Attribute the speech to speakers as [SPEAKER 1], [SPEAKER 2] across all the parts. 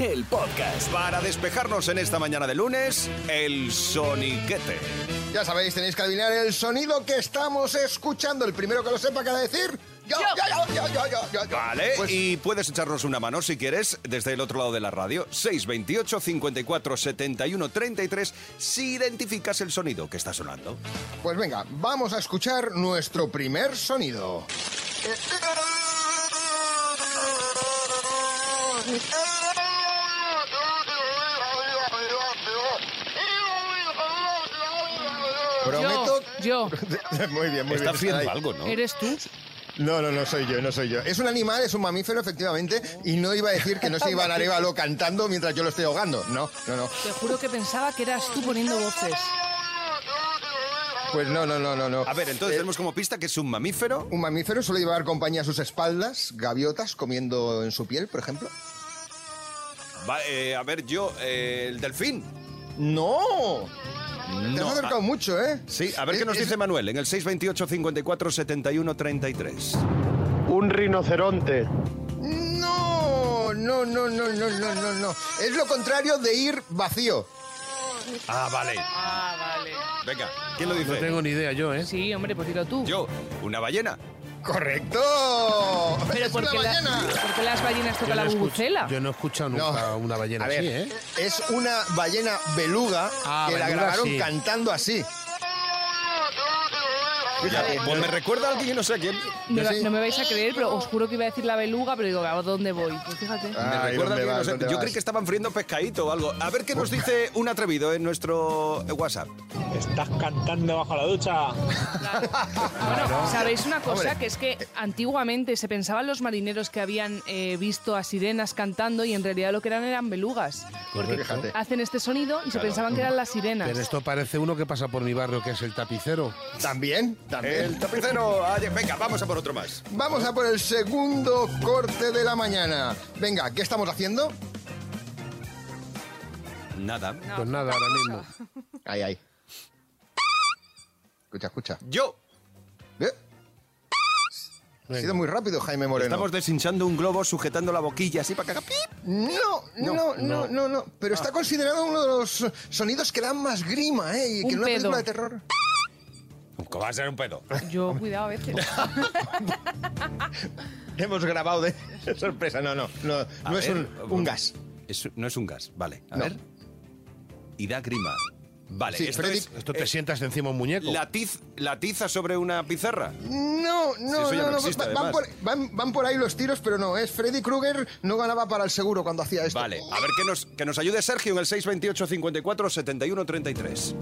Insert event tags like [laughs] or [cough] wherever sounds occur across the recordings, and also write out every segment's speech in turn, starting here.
[SPEAKER 1] el podcast.
[SPEAKER 2] Para despejarnos en esta mañana de lunes, el soniquete.
[SPEAKER 3] Ya sabéis, tenéis que adivinar el sonido que estamos escuchando. El primero que lo sepa que decir. Yo, yo, yo, yo, yo, yo, yo, yo.
[SPEAKER 2] Vale,
[SPEAKER 3] Pues-
[SPEAKER 2] y puedes echarnos una mano si quieres desde el otro lado de la radio. 628 54 71 33 si identificas el sonido que está sonando.
[SPEAKER 3] Pues venga, vamos a escuchar nuestro primer sonido. Prometo.
[SPEAKER 4] Yo, yo.
[SPEAKER 3] [laughs] muy bien, muy
[SPEAKER 2] está
[SPEAKER 3] bien.
[SPEAKER 2] haciendo
[SPEAKER 3] ahí.
[SPEAKER 2] algo, ¿no?
[SPEAKER 4] ¿Eres tú?
[SPEAKER 3] No, no, no soy yo, no soy yo. Es un animal, es un mamífero, efectivamente, y no iba a decir que no se iba
[SPEAKER 4] [laughs]
[SPEAKER 3] a Arevalo cantando mientras yo lo estoy ahogando. No, no, no.
[SPEAKER 4] Te juro que pensaba que eras tú poniendo voces.
[SPEAKER 3] Pues no, no, no, no, no.
[SPEAKER 2] A ver, entonces tenemos como pista que es un mamífero.
[SPEAKER 3] Un mamífero suele llevar compañía a sus espaldas, gaviotas comiendo en su piel, por ejemplo.
[SPEAKER 2] Va- eh, a ver, yo, eh, el delfín.
[SPEAKER 3] ¡No! Te has
[SPEAKER 2] No,
[SPEAKER 3] acercado
[SPEAKER 2] ah,
[SPEAKER 3] mucho, ¿eh?
[SPEAKER 2] Sí, a ver
[SPEAKER 3] Es-
[SPEAKER 2] qué nos
[SPEAKER 3] es-
[SPEAKER 2] dice Manuel en el 628 54 71 33.
[SPEAKER 5] Un rinoceronte.
[SPEAKER 3] No, no, no, no, no, no, no, no. Es lo contrario de ir vacío.
[SPEAKER 2] Ah, vale.
[SPEAKER 4] Ah, vale.
[SPEAKER 2] Venga, ¿quién lo dice?
[SPEAKER 6] No tengo ni idea yo, ¿eh?
[SPEAKER 4] Sí, hombre, pues dilo tú.
[SPEAKER 2] Yo, una ballena.
[SPEAKER 3] ¡Correcto!
[SPEAKER 4] Pero
[SPEAKER 3] ¡Es
[SPEAKER 4] ¿por
[SPEAKER 3] una
[SPEAKER 4] qué, la-
[SPEAKER 3] ballena!
[SPEAKER 4] por qué las ballenas
[SPEAKER 6] Yo
[SPEAKER 4] tocan la
[SPEAKER 6] no escucho-
[SPEAKER 4] bubucela?
[SPEAKER 6] Yo no he escuchado nunca una ballena
[SPEAKER 3] a ver,
[SPEAKER 6] así, ¿eh?
[SPEAKER 3] Es una ballena beluga
[SPEAKER 6] Ah,
[SPEAKER 3] que la
[SPEAKER 6] beluga,
[SPEAKER 3] grabaron
[SPEAKER 6] sí.
[SPEAKER 3] cantando así.
[SPEAKER 2] Ya,
[SPEAKER 3] Fíjate,
[SPEAKER 2] pues me recuerda a alguien, no sé a quién.
[SPEAKER 4] No,
[SPEAKER 3] yo
[SPEAKER 4] va-
[SPEAKER 3] sí.
[SPEAKER 4] no me vais a creer, pero os juro que iba a decir la beluga, pero digo, ¿a dónde voy? Pues fíjate.
[SPEAKER 3] Ah,
[SPEAKER 2] Me
[SPEAKER 3] Ay,
[SPEAKER 2] recuerda a
[SPEAKER 3] ¿dónde
[SPEAKER 2] alguien, no
[SPEAKER 3] vas,
[SPEAKER 2] sé.
[SPEAKER 3] dónde
[SPEAKER 2] Yo
[SPEAKER 3] vas?
[SPEAKER 2] creí que estaban friendo pescadito o algo. A ver qué nos dice un atrevido en nuestro WhatsApp.
[SPEAKER 5] Estás cantando bajo la ducha.
[SPEAKER 4] Bueno, ¿sabéis una cosa?
[SPEAKER 3] Hombre.
[SPEAKER 4] Que es que antiguamente se pensaban los marineros que habían eh, visto a sirenas cantando y en realidad lo que eran eran belugas. Porque
[SPEAKER 3] Fíjate.
[SPEAKER 4] hacen este sonido y se pensaban que eran las sirenas.
[SPEAKER 6] Pero esto parece uno que pasa por mi barrio, que es el tapicero. ¿Eh?
[SPEAKER 3] También, también.
[SPEAKER 2] El tapicero. ah, ya- Venga, vamos a por otro más.
[SPEAKER 3] Vamos a por el segundo corte de la mañana. Venga, ¿qué estamos haciendo?
[SPEAKER 2] Nada.
[SPEAKER 6] Pues nada, ahora mismo.
[SPEAKER 3] [laughs] Ahí, ahí. Escucha, escucha.
[SPEAKER 2] Yo.
[SPEAKER 3] ¿Eh? Ha
[SPEAKER 6] Venga.
[SPEAKER 3] sido muy rápido, Jaime Moreno.
[SPEAKER 2] Estamos deshinchando un globo sujetando la boquilla así para acá.
[SPEAKER 3] No, no, no, no, no. Pero
[SPEAKER 2] Ah.
[SPEAKER 3] está considerado uno de los sonidos que dan más grima, ¿eh? Y que
[SPEAKER 4] Un
[SPEAKER 3] en una
[SPEAKER 4] pedo.
[SPEAKER 3] película de terror.
[SPEAKER 2] ¿Cómo va a ser un pedo?
[SPEAKER 4] Yo, cuidado a veces.
[SPEAKER 3] Hemos grabado de [laughs] sorpresa. No, no, no.
[SPEAKER 2] A
[SPEAKER 3] no es
[SPEAKER 2] ver, um,
[SPEAKER 3] un, un gas.
[SPEAKER 2] Es- no es un gas, vale. A
[SPEAKER 3] No.
[SPEAKER 2] ver. Y da grima. Vale,
[SPEAKER 3] Sí,
[SPEAKER 2] esto
[SPEAKER 3] Freddy-
[SPEAKER 2] es
[SPEAKER 6] Esto te
[SPEAKER 2] eh,
[SPEAKER 6] sientas encima un muñeco.
[SPEAKER 2] la, tiz- la tiza sobre una pizarra.
[SPEAKER 3] No, no,
[SPEAKER 2] eso ya
[SPEAKER 3] no,
[SPEAKER 2] no
[SPEAKER 3] no.
[SPEAKER 2] existe,
[SPEAKER 3] Va-
[SPEAKER 2] además.
[SPEAKER 3] van, por, van- van por ahí los tiros, pero no. Es Freddy Krueger no ganaba para el seguro cuando hacía esto.
[SPEAKER 2] Vale, a ver que nos, que nos ayude Sergio en el 628 54 71 33.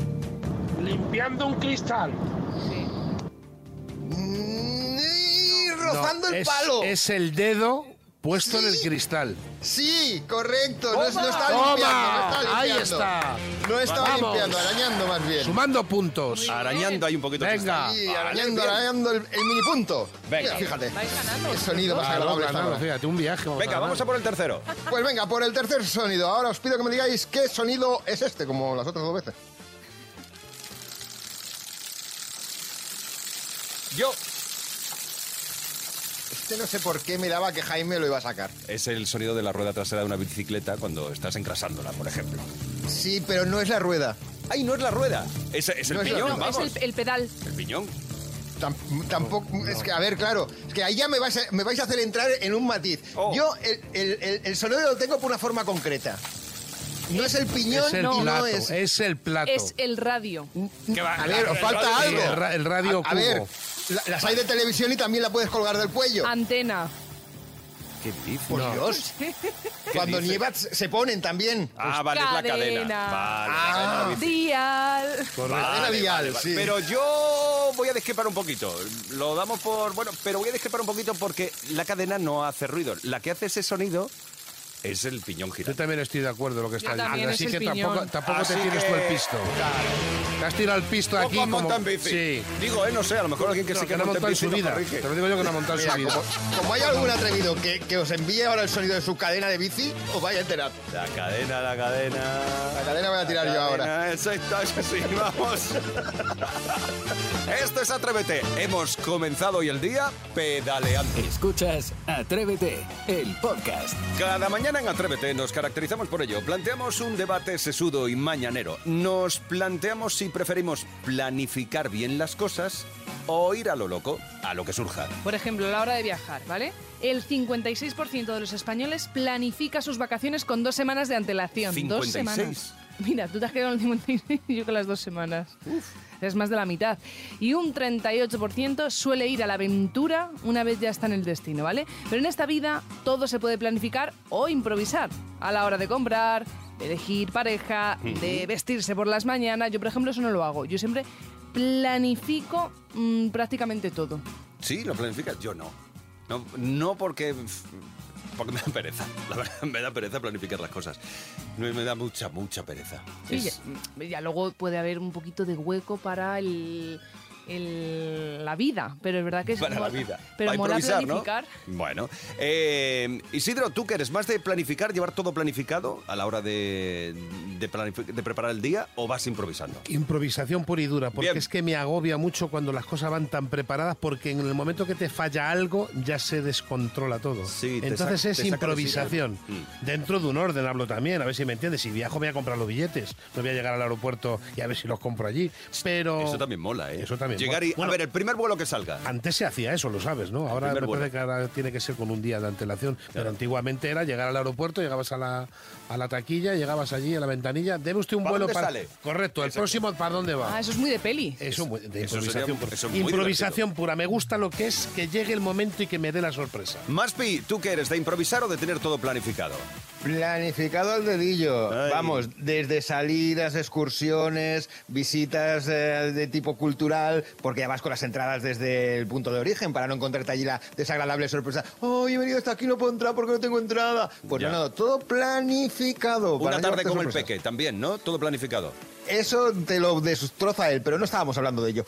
[SPEAKER 5] Limpiando un cristal.
[SPEAKER 3] Mm, y
[SPEAKER 6] No,
[SPEAKER 3] rozando el
[SPEAKER 6] es-
[SPEAKER 3] palo.
[SPEAKER 6] Es el dedo puesto en el cristal.
[SPEAKER 3] Sí, correcto. No, es- no está
[SPEAKER 6] ¡Toma!
[SPEAKER 3] limpiando. No está limpiando.
[SPEAKER 6] Ahí está.
[SPEAKER 3] No estaba
[SPEAKER 6] Vamos.
[SPEAKER 3] limpiando, arañando más bien.
[SPEAKER 6] Sumando puntos.
[SPEAKER 2] Arañando hay un poquito. de
[SPEAKER 6] Venga.
[SPEAKER 2] cristal.
[SPEAKER 3] Y
[SPEAKER 2] Vale,
[SPEAKER 3] arañando,
[SPEAKER 2] bien.
[SPEAKER 3] arañando el, el mini punto.
[SPEAKER 2] Venga.
[SPEAKER 3] fíjate.
[SPEAKER 4] Vais ganando.
[SPEAKER 3] Qué sonido más
[SPEAKER 6] Claro,
[SPEAKER 3] agradable
[SPEAKER 6] ganado,
[SPEAKER 3] esta hora.
[SPEAKER 6] fíjate, un viaje. Vamos
[SPEAKER 2] Venga,
[SPEAKER 6] a
[SPEAKER 2] vamos a por el tercero.
[SPEAKER 3] Pues venga, por el tercer sonido. Ahora os pido que me digáis qué sonido es este, como las otras dos veces.
[SPEAKER 2] Yo.
[SPEAKER 3] Este no sé por qué me daba que Jaime lo iba a sacar.
[SPEAKER 2] Es el sonido de la rueda trasera de una bicicleta cuando estás encrasándola, por ejemplo.
[SPEAKER 3] Sí, pero no es la rueda.
[SPEAKER 2] ¡Ay, no es la rueda! Es, es el
[SPEAKER 3] No es la
[SPEAKER 2] piñón,
[SPEAKER 3] rueda.
[SPEAKER 4] Es
[SPEAKER 2] [laughs] vamos.
[SPEAKER 4] el, el pedal.
[SPEAKER 2] el... piñón.
[SPEAKER 3] Tam- tampoco. Es que, a ver, claro. Es que ahí ya me vais a, me vais a hacer entrar en un matiz.
[SPEAKER 2] Oh.
[SPEAKER 3] Yo el, el- el- el sonido lo tengo por una forma concreta. No es el piñón
[SPEAKER 6] Es el
[SPEAKER 3] y
[SPEAKER 6] plato.
[SPEAKER 3] no
[SPEAKER 6] es...
[SPEAKER 3] es.
[SPEAKER 6] el plato.
[SPEAKER 4] Es el radio.
[SPEAKER 2] Que va-
[SPEAKER 3] A ver, os
[SPEAKER 2] el
[SPEAKER 3] falta
[SPEAKER 2] radio-
[SPEAKER 3] algo.
[SPEAKER 6] el ra- el radio
[SPEAKER 3] A, a ver,
[SPEAKER 6] cubo.
[SPEAKER 3] la- las hay de televisión y también la puedes colgar del cuello.
[SPEAKER 4] Antena.
[SPEAKER 2] ¿Qué dices?
[SPEAKER 4] [laughs]
[SPEAKER 3] Por Dios. Cuando
[SPEAKER 2] dices?
[SPEAKER 3] nieva se se ponen también.
[SPEAKER 2] Ah, vale, es la cadena.
[SPEAKER 4] Cadena.
[SPEAKER 2] Vale,
[SPEAKER 3] Ah.
[SPEAKER 2] la cadena de bici.
[SPEAKER 4] Dial.
[SPEAKER 6] Correcto.
[SPEAKER 3] Cadena vial, sí.
[SPEAKER 2] Pero yo voy a discrepar un poquito. Lo damos por. Bueno, pero voy a discrepar un poquito porque la cadena no hace ruido. La que hace ese sonido Es el piñón
[SPEAKER 6] Yo
[SPEAKER 2] girante.
[SPEAKER 6] también estoy de acuerdo en lo que está
[SPEAKER 4] también
[SPEAKER 6] diciendo. Así
[SPEAKER 4] es el
[SPEAKER 6] que tampoco,
[SPEAKER 4] piñón.
[SPEAKER 6] tampoco te
[SPEAKER 2] Así
[SPEAKER 6] tienes
[SPEAKER 2] que-
[SPEAKER 6] tú el pisto. Te has tirado el pisto aquí
[SPEAKER 2] Poco
[SPEAKER 6] como...
[SPEAKER 2] monta en bici.
[SPEAKER 6] Sí.
[SPEAKER 2] Digo, eh, no sé, a lo mejor alguien que
[SPEAKER 6] No,
[SPEAKER 2] sí
[SPEAKER 6] que
[SPEAKER 2] que
[SPEAKER 6] no ha
[SPEAKER 2] monta en
[SPEAKER 6] montado en
[SPEAKER 2] bici
[SPEAKER 6] su
[SPEAKER 2] nos
[SPEAKER 6] vida.
[SPEAKER 2] corrige.
[SPEAKER 6] Te lo digo yo que no ha montado en su vida.
[SPEAKER 3] Como, como hay algún atrevido que, que os envíe ahora el sonido de su cadena de bici, os vaya a enterar.
[SPEAKER 2] La cadena, la cadena.
[SPEAKER 3] La cadena voy a tirar
[SPEAKER 2] La
[SPEAKER 3] yo ahora.
[SPEAKER 2] cadena, Eso está, eso sí, [laughs] vamos. Esto es Atrévete. Hemos comenzado hoy el día pedaleando.
[SPEAKER 1] Escuchas Atrévete, el podcast.
[SPEAKER 2] Cada mañana en Atrévete nos caracterizamos por ello. Planteamos un debate sesudo y mañanero. Nos planteamos si preferimos planificar bien las cosas o ir a lo loco, a lo que surja.
[SPEAKER 4] Por ejemplo, a la hora de viajar, ¿vale? El 56% de los españoles planifica sus vacaciones con dos semanas de antelación. Dos
[SPEAKER 2] 56.
[SPEAKER 4] semanas. Mira, tú te has quedado en el 56 y yo con las dos semanas. Es más de la mitad. Y un 38% suele ir a la aventura una vez ya está en el destino, ¿vale? Pero en esta vida todo se puede planificar o improvisar. A la hora de comprar, de elegir pareja, de vestirse por las mañanas. Yo, por ejemplo, eso no lo hago. Yo siempre planifico mm, prácticamente todo.
[SPEAKER 2] ¿Sí? ¿Lo planificas? Yo no. No, no porque, porque me da pereza. [laughs] La verdad, me da pereza planificar las cosas. Me, me da mucha, mucha pereza.
[SPEAKER 4] Sí,
[SPEAKER 2] Es-
[SPEAKER 4] ya, ya luego puede haber un poquito de hueco para el, el- la vida, pero es verdad que es
[SPEAKER 2] para la
[SPEAKER 4] mola-
[SPEAKER 2] vida.
[SPEAKER 4] Pero
[SPEAKER 2] Para
[SPEAKER 4] mola
[SPEAKER 2] improvisar, ¿no?
[SPEAKER 4] planificar.
[SPEAKER 2] Bueno. eh, Isidro, ¿tú que eres más de planificar, llevar todo planificado a la hora de, de, planifi- de preparar el día o vas improvisando?
[SPEAKER 6] Improvisación pura y dura, porque
[SPEAKER 2] Bien.
[SPEAKER 6] es que me agobia mucho cuando las cosas van tan preparadas, porque en el momento que te falla algo ya se descontrola todo.
[SPEAKER 2] Sí, te
[SPEAKER 6] Entonces
[SPEAKER 2] sac-
[SPEAKER 6] es
[SPEAKER 2] te saca de
[SPEAKER 6] improvisación.
[SPEAKER 2] sitio. Mm.
[SPEAKER 6] Dentro de un orden hablo también, a ver si me entiendes. Si viajo voy a comprar los billetes, no voy a llegar al aeropuerto y a ver si los compro allí. Pero
[SPEAKER 2] Eso también mola, ¿eh?
[SPEAKER 6] Eso también
[SPEAKER 2] Llegar
[SPEAKER 6] mola.
[SPEAKER 2] y.
[SPEAKER 6] Bueno,
[SPEAKER 2] a ver, el primer vuelo que salga.
[SPEAKER 6] Antes se hacía eso, lo sabes, ¿no? Ahora me
[SPEAKER 2] primer
[SPEAKER 6] parece que ahora tiene que ser con un día de antelación. Pero antiguamente era llegar al aeropuerto, llegabas a la, a la taquilla, llegabas allí a la ventanilla. Debe usted un
[SPEAKER 2] ¿Para
[SPEAKER 6] vuelo
[SPEAKER 2] dónde
[SPEAKER 6] para.
[SPEAKER 2] sale?
[SPEAKER 6] Correcto, el
[SPEAKER 2] Exacto.
[SPEAKER 6] próximo para dónde va.
[SPEAKER 4] Ah, eso es muy de peli.
[SPEAKER 6] Eso, muy- de
[SPEAKER 2] eso sería-
[SPEAKER 6] improvisación pura.
[SPEAKER 2] eso es muy
[SPEAKER 6] improvisación pura. Me gusta lo que es que llegue el momento y que me dé la sorpresa.
[SPEAKER 2] Maspi, ¿tú qué eres? ¿De improvisar o de tener todo planificado?
[SPEAKER 6] Pues
[SPEAKER 3] Planificado al dedillo.
[SPEAKER 2] Ay.
[SPEAKER 3] Vamos, desde salidas, excursiones, visitas eh, de tipo cultural, porque ya vas con las entradas desde el punto de origen para no encontrarte allí la desagradable sorpresa. ¡Oh, he venido hasta aquí, no puedo entrar porque no tengo entrada! Pues
[SPEAKER 2] Ya.
[SPEAKER 3] no, no, todo planificado.
[SPEAKER 2] Una
[SPEAKER 3] para
[SPEAKER 2] tarde
[SPEAKER 3] no llevarte
[SPEAKER 2] como el
[SPEAKER 3] sorpresas.
[SPEAKER 2] peque, también, ¿no? Todo planificado.
[SPEAKER 3] Eso te lo destroza él, pero no estábamos hablando de ello.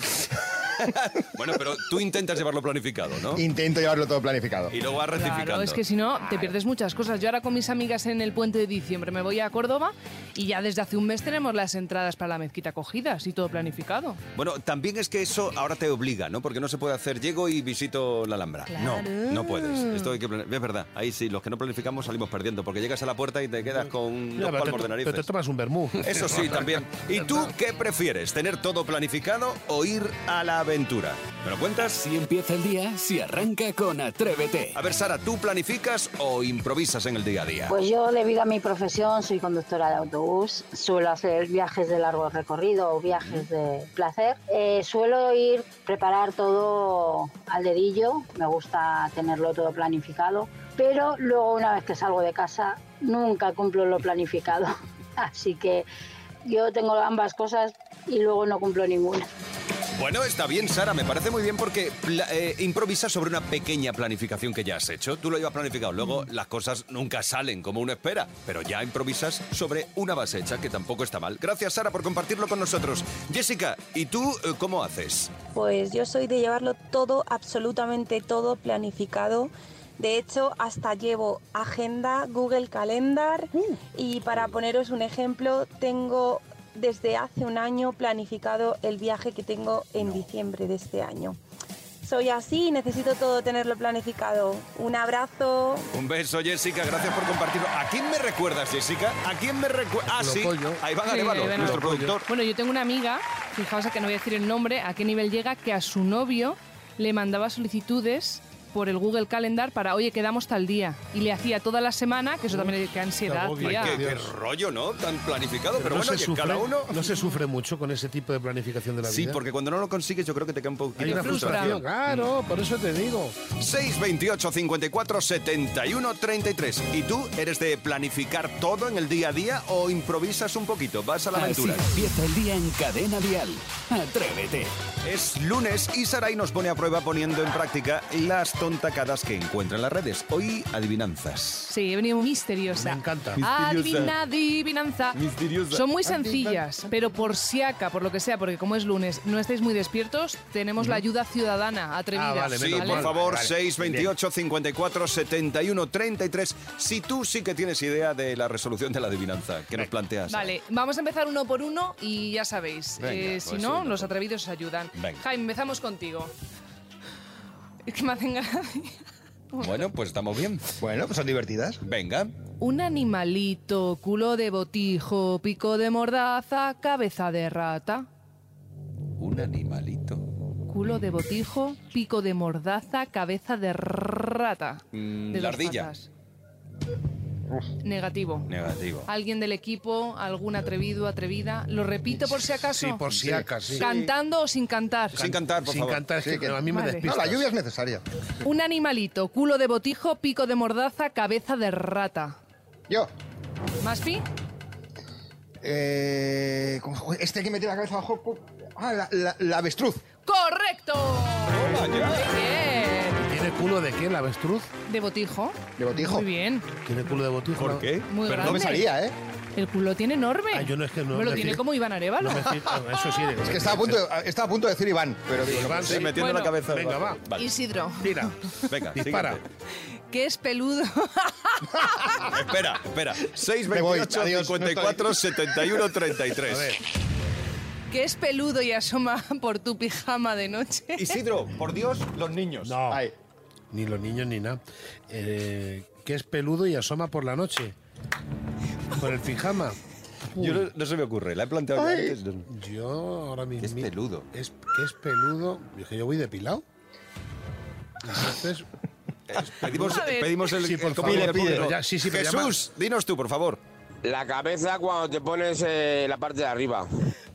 [SPEAKER 2] Bueno, pero tú intentas llevarlo planificado, ¿no?
[SPEAKER 3] Intento llevarlo todo planificado.
[SPEAKER 2] Y lo vas rectificando.
[SPEAKER 4] Claro, es que si no, te pierdes muchas cosas. Yo ahora con mis amigas en el puente de diciembre me voy a Córdoba y ya desde hace un mes tenemos las entradas para la mezquita cogidas y todo planificado.
[SPEAKER 2] Bueno, también es que eso ahora te obliga, ¿no? Porque no se puede hacer llego y visito la Alhambra.
[SPEAKER 4] Claro.
[SPEAKER 2] No, no puedes. Esto hay que plane- Es verdad, ahí sí, los que no planificamos salimos perdiendo, porque llegas a la puerta y te quedas con
[SPEAKER 6] Mira,
[SPEAKER 2] dos
[SPEAKER 6] pero,
[SPEAKER 2] palmos
[SPEAKER 6] te,
[SPEAKER 2] de
[SPEAKER 6] pero te
[SPEAKER 2] narices.
[SPEAKER 6] tomas un vermú. [laughs]
[SPEAKER 2] Eso sí, también. ¿Y tú qué prefieres? ¿Tener todo planificado o ir a la aventura? ¿Me lo cuentas?
[SPEAKER 1] Si empieza el día, si arranca con Atrévete.
[SPEAKER 2] A ver, Sara, ¿tú planificas o improvisas en el día a día?
[SPEAKER 7] Pues yo, debido a mi profesión, soy conductora de autobús, suelo hacer viajes de largo recorrido o viajes de placer. Eh, suelo ir, preparar todo al dedillo, me gusta tenerlo todo planificado, pero luego una vez que salgo de casa nunca cumplo lo planificado. [laughs] Así que yo tengo ambas cosas y luego no cumplo ninguna.
[SPEAKER 2] Bueno, está bien, Sara, me parece muy bien porque pla- eh, improvisas sobre una pequeña planificación que ya has hecho. Tú lo llevas planificado, luego las cosas nunca salen como uno espera, pero ya improvisas sobre una base hecha que tampoco está mal. Gracias, Sara, por compartirlo con nosotros. Jessica, ¿y tú eh, cómo haces?
[SPEAKER 8] Pues yo soy de llevarlo todo, absolutamente todo planificado. De hecho, hasta llevo agenda, Google Calendar y para poneros un ejemplo, tengo desde hace un año planificado el viaje que tengo en diciembre de este año. Soy así y necesito todo tenerlo planificado. Un abrazo.
[SPEAKER 2] Un beso, Jessica, gracias por compartirlo. ¿A quién me recuerdas, Jessica? ¿A quién me recuerdas? Ah,
[SPEAKER 6] Lo
[SPEAKER 2] sí,
[SPEAKER 6] pollo.
[SPEAKER 2] a Iván
[SPEAKER 4] Sí,
[SPEAKER 2] Arevalo,
[SPEAKER 4] Iván
[SPEAKER 2] nuestro
[SPEAKER 6] Arevalo.
[SPEAKER 2] productor.
[SPEAKER 4] Bueno, yo tengo una amiga, fijaos a que no voy a decir el nombre, a qué nivel llega, que a su novio le mandaba solicitudes por el Google Calendar para, oye, quedamos tal día. Y le hacía toda la semana, que eso también, qué ansiedad,
[SPEAKER 6] agobio.
[SPEAKER 4] tía.
[SPEAKER 2] Qué, qué
[SPEAKER 6] Dios.
[SPEAKER 2] rollo, ¿no? Tan planificado,
[SPEAKER 6] Pero
[SPEAKER 2] pero,
[SPEAKER 6] no,
[SPEAKER 2] bueno,
[SPEAKER 6] se
[SPEAKER 2] y en
[SPEAKER 6] sufre,
[SPEAKER 2] cada uno...
[SPEAKER 6] no se sufre mucho con ese tipo de planificación de la
[SPEAKER 2] Sí,
[SPEAKER 6] vida.
[SPEAKER 2] porque cuando no lo consigues yo creo que te queda un poquito
[SPEAKER 6] hay una
[SPEAKER 2] de frustración.
[SPEAKER 6] frustración. Claro, por eso te digo.
[SPEAKER 2] 628 54 71 33. ¿Y tú eres de planificar todo en el día a día o improvisas un poquito? Vas a la
[SPEAKER 1] Así
[SPEAKER 2] aventura.
[SPEAKER 1] empieza el día en Cadena Dial. Atrévete.
[SPEAKER 2] Es lunes y Saray nos pone a prueba poniendo en práctica las tontacadas que encuentra en las redes. Hoy, adivinanzas.
[SPEAKER 4] Sí, he venido misteriosa.
[SPEAKER 6] Me encanta.
[SPEAKER 4] Adivina, adivinanza.
[SPEAKER 2] Misteriosa.
[SPEAKER 4] Son muy sencillas, pero por si acá, por lo que sea, porque como es lunes, no estáis muy despiertos, tenemos la ayuda ciudadana atrevida.
[SPEAKER 6] Ah, vale,
[SPEAKER 2] Sí,
[SPEAKER 6] menos
[SPEAKER 2] por
[SPEAKER 6] mal.
[SPEAKER 2] favor,
[SPEAKER 6] Vale,
[SPEAKER 2] 628 54 71 33. Si tú sí que tienes idea de la resolución de la adivinanza que nos planteas.
[SPEAKER 4] Vale, vamos a empezar uno por uno y ya sabéis,
[SPEAKER 2] Venga,
[SPEAKER 4] eh,
[SPEAKER 2] pues
[SPEAKER 4] si no,
[SPEAKER 2] uno
[SPEAKER 4] los
[SPEAKER 2] por-
[SPEAKER 4] atrevidos os ayudan.
[SPEAKER 2] Venga.
[SPEAKER 4] Jaime, empezamos contigo. [laughs] Es que me hacen gracia.
[SPEAKER 2] Bueno, pues estamos bien.
[SPEAKER 3] Bueno, pues son divertidas.
[SPEAKER 2] Venga.
[SPEAKER 4] Un animalito, culo de botijo, pico de mordaza, cabeza de rata.
[SPEAKER 2] Un animalito.
[SPEAKER 4] Culo de botijo, pico de mordaza, cabeza de rata.
[SPEAKER 2] Mm,
[SPEAKER 4] De
[SPEAKER 2] la
[SPEAKER 4] dos
[SPEAKER 2] ardilla.
[SPEAKER 4] patas. Negativo.
[SPEAKER 2] Negativo.
[SPEAKER 4] Alguien del equipo, algún atrevido, atrevida. Lo repito por si acaso.
[SPEAKER 6] Sí, por si acaso, sí.
[SPEAKER 4] Cantando o sin cantar.
[SPEAKER 2] Sin cantar, por
[SPEAKER 6] Sin
[SPEAKER 2] favor.
[SPEAKER 6] cantar, es
[SPEAKER 3] Sí,
[SPEAKER 6] que
[SPEAKER 3] que-
[SPEAKER 6] a mí me
[SPEAKER 4] Vale.
[SPEAKER 3] No,
[SPEAKER 6] despistas.
[SPEAKER 3] la lluvia es necesaria.
[SPEAKER 4] Un animalito, culo de botijo, pico de mordaza, cabeza de rata.
[SPEAKER 3] Yo,
[SPEAKER 4] ¿Maspi?
[SPEAKER 3] eh, ¿cómo- este que mete la cabeza abajo. pu- Ah, la, la- la avestruz.
[SPEAKER 4] ¡Correcto!
[SPEAKER 2] Toma Ah, ya.
[SPEAKER 4] Muy bien.
[SPEAKER 6] ¿Tiene culo de qué, la avestruz?
[SPEAKER 4] De botijo.
[SPEAKER 3] De botijo.
[SPEAKER 4] Muy bien.
[SPEAKER 6] ¿Tiene culo de botijo?
[SPEAKER 2] ¿Por
[SPEAKER 6] la-
[SPEAKER 2] qué?
[SPEAKER 4] Muy
[SPEAKER 2] Pero
[SPEAKER 3] No
[SPEAKER 4] grande.
[SPEAKER 3] me salía, ¿eh?
[SPEAKER 4] El culo tiene enorme.
[SPEAKER 6] Ah, yo no es que no
[SPEAKER 4] Me lo
[SPEAKER 6] me
[SPEAKER 4] tiene
[SPEAKER 6] fijé.
[SPEAKER 4] como Iván Arevalo.
[SPEAKER 6] No me
[SPEAKER 4] [laughs]
[SPEAKER 6] Ah, fijo, eso sí.
[SPEAKER 3] Es que estaba a punto, de, estaba a punto de decir Iván, pero digo, no.
[SPEAKER 6] Iván, sí.
[SPEAKER 2] Sí, metiendo
[SPEAKER 4] Bueno,
[SPEAKER 2] la cabeza.
[SPEAKER 6] venga,
[SPEAKER 2] debajo.
[SPEAKER 6] va.
[SPEAKER 2] Vale.
[SPEAKER 4] Isidro,
[SPEAKER 6] Tira,
[SPEAKER 2] Venga,
[SPEAKER 6] dispara.
[SPEAKER 2] siguiente.
[SPEAKER 4] que es peludo. [laughs]
[SPEAKER 2] Espera, espera.
[SPEAKER 3] Me voy,
[SPEAKER 2] 628
[SPEAKER 3] adiós, no
[SPEAKER 2] 54
[SPEAKER 6] [laughs]
[SPEAKER 2] 71
[SPEAKER 6] A ver,
[SPEAKER 2] 33.
[SPEAKER 4] que es peludo y asoma por tu pijama de noche. [laughs]
[SPEAKER 2] Isidro, por Dios, los niños.
[SPEAKER 6] no,
[SPEAKER 3] Ay,
[SPEAKER 6] ni los niños ni nada. Eh, que es peludo y asoma por la noche. Por el pijama.
[SPEAKER 2] Yo no, no se me ocurre, la he planteado yo antes. no-
[SPEAKER 6] Yo ahora mismo.
[SPEAKER 2] es peludo.
[SPEAKER 6] Es, que es peludo. Dije, yo voy depilado. Entonces,
[SPEAKER 2] Eh, Pedimos,
[SPEAKER 4] A ver.
[SPEAKER 2] pedimos el,
[SPEAKER 6] Sí, por
[SPEAKER 2] el comodín
[SPEAKER 6] favor,
[SPEAKER 2] del
[SPEAKER 6] pide,
[SPEAKER 2] público.
[SPEAKER 6] ya, sí, sí, pero
[SPEAKER 2] Jesús, dinos tú, por favor.
[SPEAKER 9] La cabeza cuando te pones eh, la parte de arriba.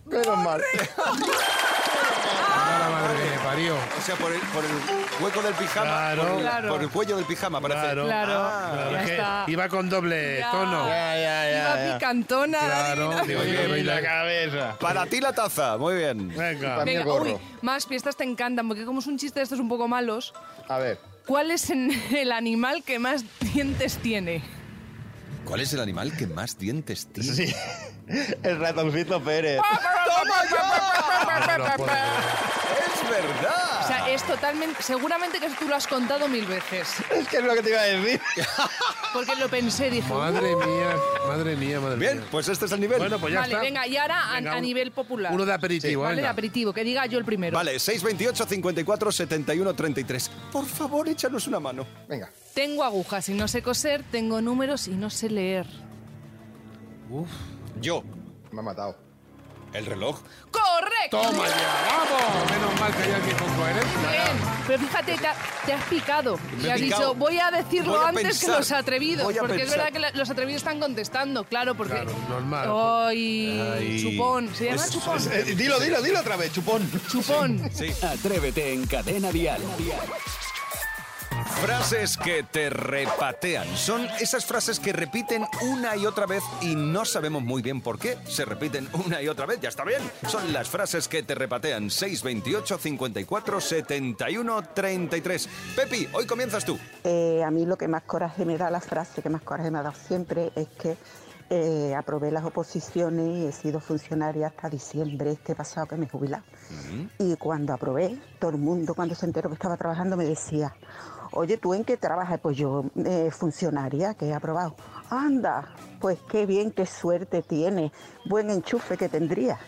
[SPEAKER 3] menos mal.
[SPEAKER 6] [laughs] ¡ah, la madre que me parió.
[SPEAKER 2] O sea, por el, por el hueco del pijama.
[SPEAKER 6] Claro.
[SPEAKER 2] Por el,
[SPEAKER 4] Claro.
[SPEAKER 2] por el cuello del pijama, parece.
[SPEAKER 6] Claro.
[SPEAKER 4] Claro,
[SPEAKER 2] Ah,
[SPEAKER 4] ya
[SPEAKER 6] Dije,
[SPEAKER 4] está.
[SPEAKER 6] Iba con doble
[SPEAKER 4] Ya.
[SPEAKER 6] tono.
[SPEAKER 4] Iba picantona.
[SPEAKER 6] Claro, digo, yo voy de-
[SPEAKER 3] cabeza.
[SPEAKER 2] Para ti la taza, muy bien.
[SPEAKER 6] Venga.
[SPEAKER 3] Para mí el
[SPEAKER 4] Venga,
[SPEAKER 3] gorro.
[SPEAKER 4] uy, más fiestas te encantan, porque como es un chiste de estos un poco malos,
[SPEAKER 3] A ver,
[SPEAKER 4] ¿cuál es en- [laughs] el animal que más dientes tiene?
[SPEAKER 2] ¿Cuál es el animal que más dientes tiene?
[SPEAKER 3] sí. [laughs] El ratoncito Pérez.
[SPEAKER 6] No lo puedo creer.
[SPEAKER 2] ¡Es
[SPEAKER 4] O
[SPEAKER 2] verdad!
[SPEAKER 4] sea, es totalmente. Seguramente que tú lo has contado mil veces.
[SPEAKER 3] Es que es lo que te iba a decir.
[SPEAKER 4] [laughs] Porque lo pensé, dije.
[SPEAKER 6] Madre mía, madre mía, madre
[SPEAKER 2] Bien,
[SPEAKER 6] mía.
[SPEAKER 2] pues este es el nivel.
[SPEAKER 6] Bueno, pues ya
[SPEAKER 4] vale,
[SPEAKER 6] está.
[SPEAKER 4] venga, y ahora a,
[SPEAKER 6] Venga,
[SPEAKER 4] a
[SPEAKER 6] un-
[SPEAKER 4] nivel popular.
[SPEAKER 6] Uno de aperitivo,
[SPEAKER 4] Vale, de
[SPEAKER 6] venga.
[SPEAKER 4] aperitivo, que diga yo el primero.
[SPEAKER 2] Vale, 628 54 71 33. Por favor, échanos una mano.
[SPEAKER 3] Venga.
[SPEAKER 4] Tengo agujas y no sé coser, tengo números y no sé leer.
[SPEAKER 6] Uf.
[SPEAKER 2] Yo,
[SPEAKER 3] Me ha matado.
[SPEAKER 2] el reloj.
[SPEAKER 4] ¡Correcto!
[SPEAKER 6] ¡Toma ya! ¡Vamos! Menos mal pues que hay alguien con coherencia.
[SPEAKER 4] Bien. Pero fíjate, te, ha- te has picado.
[SPEAKER 2] Me
[SPEAKER 4] Y
[SPEAKER 2] he
[SPEAKER 4] has
[SPEAKER 2] picado.
[SPEAKER 4] dicho, voy a decirlo
[SPEAKER 2] Voy a
[SPEAKER 4] antes
[SPEAKER 2] pensar.
[SPEAKER 4] que los atrevidos.
[SPEAKER 2] Voy a
[SPEAKER 4] Porque es
[SPEAKER 2] pensar.
[SPEAKER 4] verdad que la- los atrevidos están contestando, claro, porque.
[SPEAKER 6] Claro, normal.
[SPEAKER 4] Ay,
[SPEAKER 2] Ay.
[SPEAKER 4] chupón. ¿Se llama
[SPEAKER 2] Es-
[SPEAKER 4] chupón?
[SPEAKER 2] es-
[SPEAKER 3] Eh, dilo, dilo, dilo otra vez, chupón.
[SPEAKER 4] Chupón.
[SPEAKER 1] [laughs] Atrévete en Cadena Dial.
[SPEAKER 2] Frases que te repatean. Son esas frases que repiten una y otra vez y no sabemos muy bien por qué. Se repiten una y otra vez, ya está bien. Son las frases que te repatean. 628 54 71 33. Pepi, hoy comienzas tú.
[SPEAKER 10] Eh, a mí lo que más coraje me da, la frase que más coraje me ha dado siempre, es que eh, aprobé las oposiciones y he sido funcionaria hasta diciembre, este pasado que me he jubilado. Y cuando aprobé, todo el mundo, cuando se enteró que estaba trabajando, me decía, oye, ¿tú en qué trabajas? Pues yo, eh, funcionaria, que he aprobado. Anda, pues qué bien, qué suerte tiene, buen enchufe que tendría.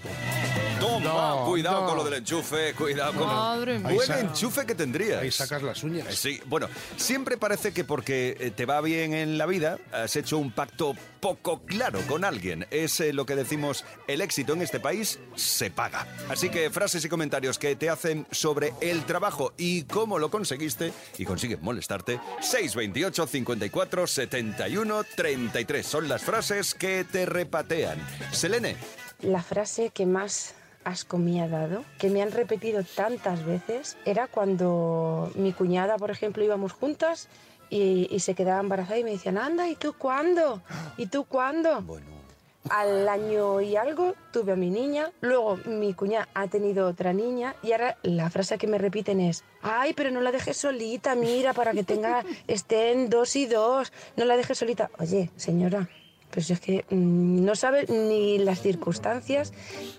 [SPEAKER 2] Toma,
[SPEAKER 6] No,
[SPEAKER 2] cuidado
[SPEAKER 6] no.
[SPEAKER 2] con lo del enchufe, cuidado con
[SPEAKER 4] Madre mía.
[SPEAKER 2] Buen
[SPEAKER 6] Ahí saca-
[SPEAKER 2] enchufe que tendrías. Eh,
[SPEAKER 6] Ahí sacas las uñas.
[SPEAKER 2] Sí, bueno, siempre parece que porque eh, te va bien en la vida, has hecho un pacto poco claro con alguien. Es eh, lo que decimos, el éxito en este país se paga. Así que frases y comentarios que te hacen sobre el trabajo y cómo lo conseguiste y consiguen molestarte. 628 54 71 33 son las frases que te repatean. Selene,
[SPEAKER 8] La frase que más asco me ha dado, que me han repetido tantas veces, era cuando mi cuñada, por ejemplo, íbamos juntas y, y se quedaba embarazada y me decían, anda, ¿y tú cuándo? ¿Y tú cuándo?
[SPEAKER 2] bueno,
[SPEAKER 8] al año y algo tuve a mi niña, luego mi cuñada ha tenido otra niña y ahora la frase que me repiten es, ay, pero no la dejes solita, mira, para que tenga, estén dos y dos, no la dejes solita. Oye, señora, pues es que mm, no sabe ni las circunstancias,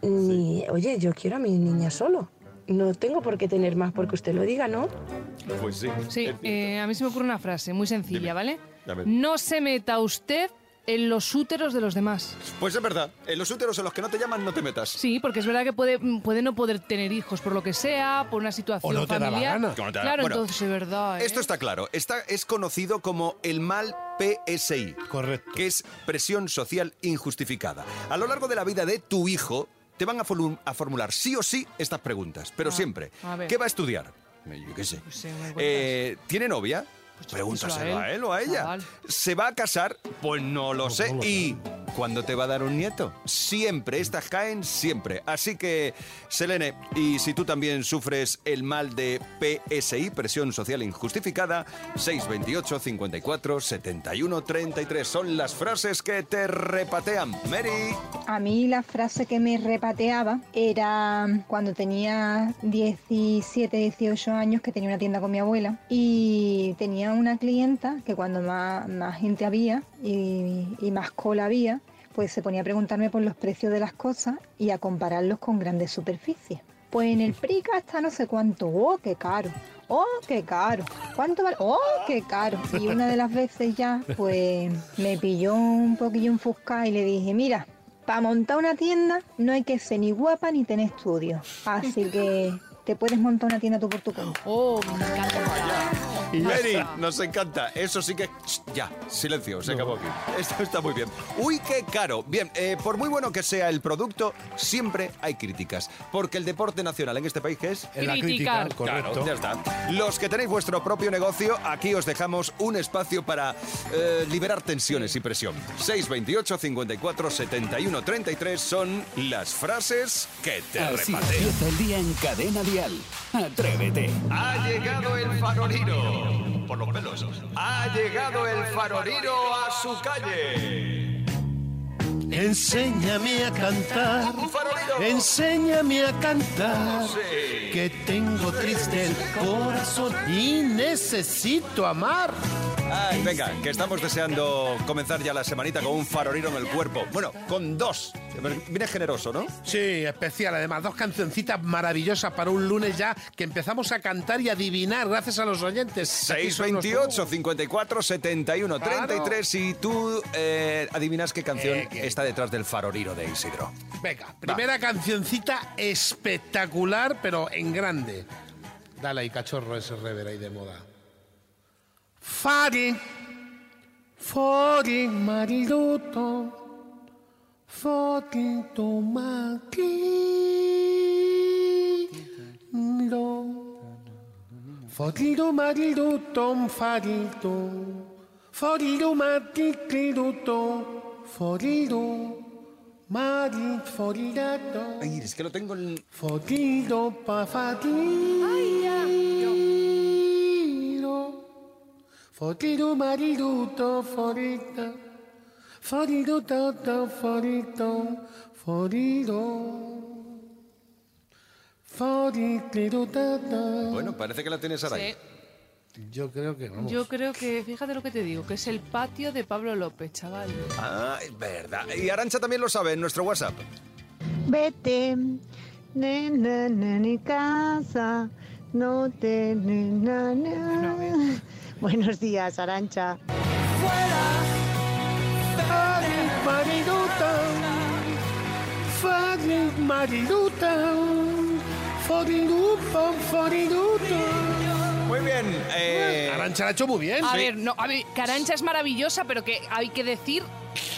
[SPEAKER 8] ni, oye, yo quiero a mi niña solo. No tengo por qué tener más porque usted lo diga, ¿no?
[SPEAKER 2] Pues sí.
[SPEAKER 4] Sí, eh, a mí se me ocurre una frase muy sencilla, ¿vale?
[SPEAKER 2] A ver.
[SPEAKER 4] No se meta usted en los úteros de los demás.
[SPEAKER 2] Pues es verdad, en los úteros en los que no te llaman no te metas.
[SPEAKER 4] Sí, porque es verdad que puede, puede no poder tener hijos por lo que sea, por una situación
[SPEAKER 2] no te da la
[SPEAKER 4] familiar.
[SPEAKER 2] gana. Que no te da-
[SPEAKER 4] Claro,
[SPEAKER 2] bueno,
[SPEAKER 4] entonces es verdad. ¿eh?
[SPEAKER 2] Esto está claro. Está, es conocido como el mal PSI. Correcto. Que es presión social injustificada. A lo largo de la vida de tu hijo, te van a, folu- a formular sí o sí estas preguntas. Pero
[SPEAKER 4] Ah,
[SPEAKER 2] siempre.
[SPEAKER 4] a ver.
[SPEAKER 2] ¿Qué va a estudiar? Eh, Yo qué sé.
[SPEAKER 4] Sí, me cuentas.
[SPEAKER 2] Eh, ¿Tiene novia? Pregúntaselo
[SPEAKER 4] pregúntaselo
[SPEAKER 2] a
[SPEAKER 4] a
[SPEAKER 2] él o a ella.
[SPEAKER 4] Chaval.
[SPEAKER 2] ¿Se va a casar? Pues no lo sé. ¿Y cuándo te va a dar un nieto? Siempre, estas caen siempre. Así que, Selene, y si tú también sufres el mal de PSI, presión social injustificada, 628 54 71 33 son las frases que te repatean. Mary.
[SPEAKER 11] A mí la frase que me repateaba era cuando tenía 17, 18 años, que tenía una tienda con mi abuela, y tenía una clienta que cuando más, más gente había y, y más cola había, pues se ponía a preguntarme por los precios de las cosas y a compararlos con grandes superficies. Pues en el Prica está no sé cuánto, oh, qué caro, oh, qué caro, cuánto vale, oh, qué caro. Y una de las veces ya, pues me pilló un poquillo enfuscada y le dije, mira, para montar una tienda no hay que ser ni guapa ni tener estudios. Así que te puedes montar una tienda tú por tu cuenta.
[SPEAKER 4] Oh, me encanta.
[SPEAKER 2] Mary, nos encanta. Eso sí que... Shh, Ya, silencio, se acabó aquí. Esto está muy bien. Uy, qué caro. Bien, eh, por muy bueno que sea el producto, siempre hay críticas. Porque el deporte nacional en este país ¿qué es...
[SPEAKER 6] En la crítica, Criticar. correcto.
[SPEAKER 2] Claro, ya está. Los que tenéis vuestro propio negocio, aquí os dejamos un espacio para eh, liberar tensiones y presión. 628 54 71 33 son las frases que te
[SPEAKER 1] Así
[SPEAKER 2] repatean.
[SPEAKER 1] empieza el día en Cadena Dial. Atrévete.
[SPEAKER 2] Ha llegado el farolino. Por los pelos. Ha llegado el farolino a su calle.
[SPEAKER 12] Enséñame a cantar,
[SPEAKER 2] Farolino.
[SPEAKER 12] enséñame a cantar,
[SPEAKER 2] Sí.
[SPEAKER 12] que tengo triste el corazón y necesito amar.
[SPEAKER 2] Ay, venga, que estamos deseando comenzar ya la semanita con un farolino en el cuerpo. Bueno, con dos. Viene generoso, ¿no?
[SPEAKER 6] Sí, especial. Además, dos cancioncitas maravillosas para un lunes ya que empezamos a cantar y adivinar gracias a los oyentes.
[SPEAKER 2] 628 54 71
[SPEAKER 6] Claro.
[SPEAKER 2] 33 y tú eh, adivinas qué canción
[SPEAKER 6] Eh, que-
[SPEAKER 2] está detrás del farolino de Isidro.
[SPEAKER 6] Venga, primera cancioncita espectacular, pero en grande. Dale ahí, cachorro, ese rever ahí de moda. Fari, fori mariluto, fori tomatilo, fori mariluto, farito, fori matitliluto, forido, mari forirato.
[SPEAKER 2] Ay, es que lo tengo en...
[SPEAKER 6] Fodido pa fodido. Fodido mariduto forito. Fodido toto forito. Fodido. Fodido toto.
[SPEAKER 2] Bueno, parece que la tienes ahora.
[SPEAKER 4] Sí.
[SPEAKER 6] Yo creo que vamos.
[SPEAKER 4] Yo creo que, fíjate lo que te digo, que es el patio de Pablo López, chaval.
[SPEAKER 2] Ah, es verdad. Y Arancha también lo sabe en nuestro WhatsApp.
[SPEAKER 13] Vete, nena, nena, casa, no te, nena, nena. [laughs] Buenos días, Arancha.
[SPEAKER 12] Mariduta, fori mariduta, foridupa, foriduta.
[SPEAKER 2] Muy bien. Eh...
[SPEAKER 6] Arancha la ha hecho muy bien.
[SPEAKER 4] A
[SPEAKER 6] sí.
[SPEAKER 4] ver, no, a ver, Carancha es maravillosa, pero que hay que decir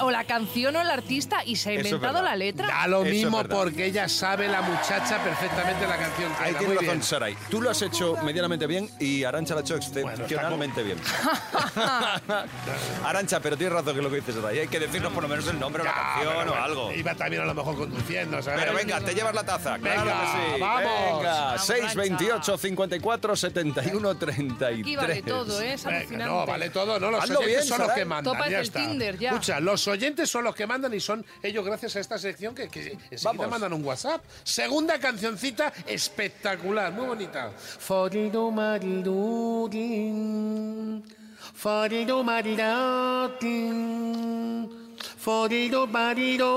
[SPEAKER 4] o la canción o el artista y se ha
[SPEAKER 6] Eso es
[SPEAKER 4] inventado
[SPEAKER 6] verdad.
[SPEAKER 4] la letra.
[SPEAKER 6] Da lo
[SPEAKER 2] Eso es
[SPEAKER 6] mismo
[SPEAKER 2] verdad.
[SPEAKER 6] porque ella sabe la muchacha perfectamente la canción. que
[SPEAKER 2] Ahí
[SPEAKER 6] era.
[SPEAKER 2] tienes
[SPEAKER 6] Muy
[SPEAKER 2] razón,
[SPEAKER 6] bien.
[SPEAKER 2] Saray. Tú lo has hecho medianamente bien y Arancha lo ha hecho excepcionalmente bien. [laughs] Arancha, pero tienes razón que lo que dices, Saray. Hay que decirnos por lo menos el nombre o la
[SPEAKER 6] Ah,
[SPEAKER 2] canción
[SPEAKER 6] pero
[SPEAKER 2] o
[SPEAKER 6] bueno,
[SPEAKER 2] algo.
[SPEAKER 6] Iba también a lo mejor conduciendo, ¿sabes?
[SPEAKER 2] Pero venga, te llevas la taza. Claro
[SPEAKER 6] Venga,
[SPEAKER 2] que sí.
[SPEAKER 6] vamos.
[SPEAKER 2] Venga,
[SPEAKER 6] Vamos,
[SPEAKER 2] 628 54 71 33.
[SPEAKER 4] Aquí vale todo, ¿eh? Es
[SPEAKER 6] Venga,
[SPEAKER 4] alucinante.
[SPEAKER 6] no, vale todo, no, los
[SPEAKER 2] Hazlo
[SPEAKER 6] oyentes
[SPEAKER 2] bien,
[SPEAKER 6] son los
[SPEAKER 2] Saray.
[SPEAKER 6] que mandan,
[SPEAKER 4] Tópate
[SPEAKER 6] ya
[SPEAKER 4] el
[SPEAKER 6] está.
[SPEAKER 4] Tinder, ya.
[SPEAKER 6] Escucha, Los oyentes son los que mandan y son ellos gracias a esta sección que, que enseguida
[SPEAKER 12] Vamos.
[SPEAKER 6] mandan un WhatsApp. Segunda cancioncita espectacular, muy bonita. Foridu maridurin, foridu maridotin, foridu marido,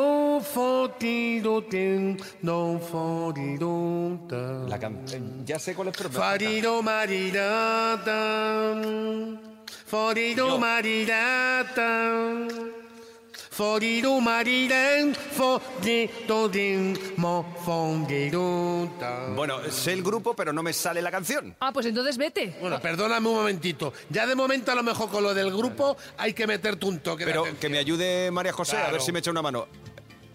[SPEAKER 6] fotirutin, non forirunta.
[SPEAKER 2] La can- Ya sé cuál es, pero me-
[SPEAKER 6] Foridu maridatan, foridu
[SPEAKER 2] No.
[SPEAKER 6] maridatan. Foridu mariden, forirudin, mo forirunta.
[SPEAKER 2] Bueno, sé el grupo, pero no me sale la canción.
[SPEAKER 4] Ah, pues entonces vete.
[SPEAKER 6] Bueno, perdóname un momentito. Ya de momento, a lo mejor con lo del grupo, hay que meterte un toque. de
[SPEAKER 2] Pero
[SPEAKER 6] atención.
[SPEAKER 2] que me ayude María José, a ver
[SPEAKER 6] Claro.
[SPEAKER 2] si me echa una mano.